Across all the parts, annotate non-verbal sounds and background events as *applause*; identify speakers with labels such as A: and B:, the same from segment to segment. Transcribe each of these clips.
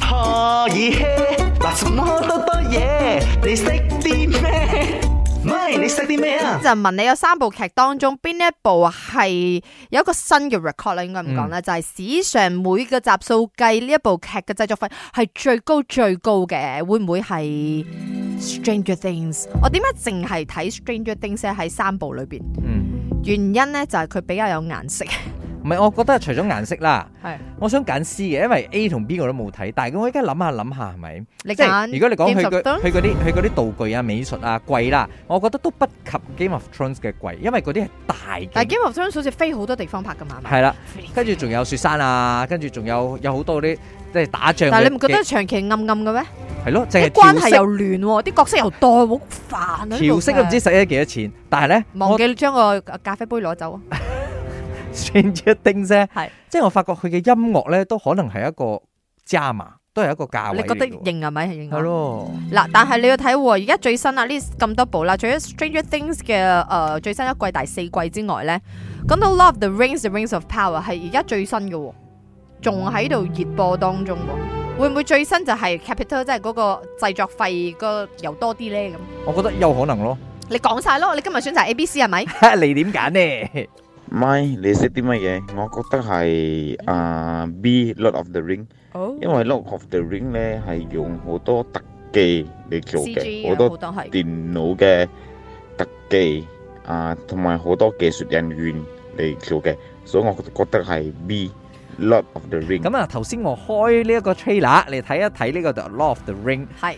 A: 可以嘿，嗱什麼多多嘢，你識啲咩？咪你識啲咩啊？
B: 就問你有三部劇當中邊一部係有一個新嘅 record 啦，應該咁講
C: 嗯
B: 啦，就係史上每個集數計呢一部劇嘅製作費係最高最高嘅，會唔會係 Stranger Things？我點解淨係睇 Stranger Things 咧喺三部裏邊？
C: 嗯，
B: 原因咧就係佢比較有顏色，
C: 唔係，我覺得除咗顏色啦，
B: 係
C: 我想揀 C 嘅，因為 A 同 B 我都冇睇，但係我而家諗下諗下係咪？
B: 你
C: 即係如
B: 揀
C: 果你講佢
B: Games of
C: 佢
B: Thrones？
C: 佢嗰啲佢嗰啲道具啊、美術啊貴啦，我覺得都不及 Game of Thrones 嘅貴，因為嗰啲係大
B: 但
C: 嘅
B: 係。Game of Thrones 好似飛好多地方拍㗎嘛，係咪
C: 係啊啦，跟住仲有雪山啊，跟住仲有有好多啲即係打仗嘅。
B: 但係你唔覺得長期暗暗嘅咩？
C: 係咯？淨
B: 啲
C: 係
B: 關
C: 調
B: 係
C: 色
B: 又亂喎，啲角色又多，好煩啊！呢部
C: 調色都唔知
B: 劇
C: 使咗幾多錢，但係咧，
B: 忘
C: *laughs* 我
B: 記將個咖啡杯攞走啊！
C: Stranger Things 咧
B: 係，
C: 即係我發覺佢嘅音樂咧都可能係一個 drama，都係一個價
B: 你
C: 位嚟
B: 覺
C: 嘅
B: 得
C: 喎。
B: 型係咪型啊
C: 係？咯，
B: 嗱，但係你要睇喎，而家最新啊呢咁多部啦，除咗 Stranger Things 嘅誒、呃最新一季第四季之外咧，講到 Love the Rings the Rings of Power 係而家最新嘅喎，仲喺度熱播當中喎，會唔會最新就係 Capital 即係嗰個製作費個又多啲咧咁？
C: 我覺得有可能咯。
B: 你講晒咯，你今日選擇 A、B、C 係咪？
C: *laughs* 你點揀呢？
D: 咪你識啲乜嘢？我覺得係啊 B à, Lord of the Ring，
B: 哦
D: 因為 Lord of the Ring 咧係用好多特技嚟做
B: c G à, 啊，
D: 嘅，好
B: 好
D: 多
B: 多係。
D: 電腦嘅特技啊，同埋好多技術人員嚟做嘅，所以我覺得係 B Lord of the Ring。
C: 咁啊，頭先我開呢一個 trailer，你睇一睇呢個《The Lord of the Ring
B: 係》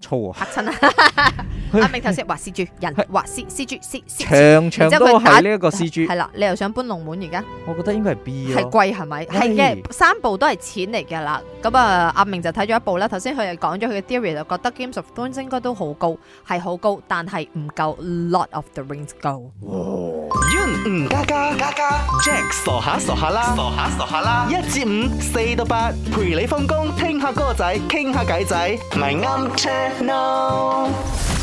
C: 粗啊，
B: 嚇親啊！阿明頭先話 C G 人話 C C G C C，
C: 長長
B: 然之後
C: 都
B: 佢打
C: 係呢一個 CG，
B: 係啦，你又想搬龍門而家？
C: 我覺得應該係 B
B: 係
C: 咯。
B: 貴係咪？係嘅，三部都係錢嚟㗎啦。咁啊，阿明就睇咗一部啦。頭先佢又講咗佢嘅 theory，就覺得 Games of Thrones 應該都好高，係好高，但係唔夠 Lot of the Rings 高。
A: Yun 吳家家家家，Jack 傻下傻下啦，傻下傻下啦，一至五，四到八，陪你放工，聽下歌仔，傾下偈仔，咪啱 channel。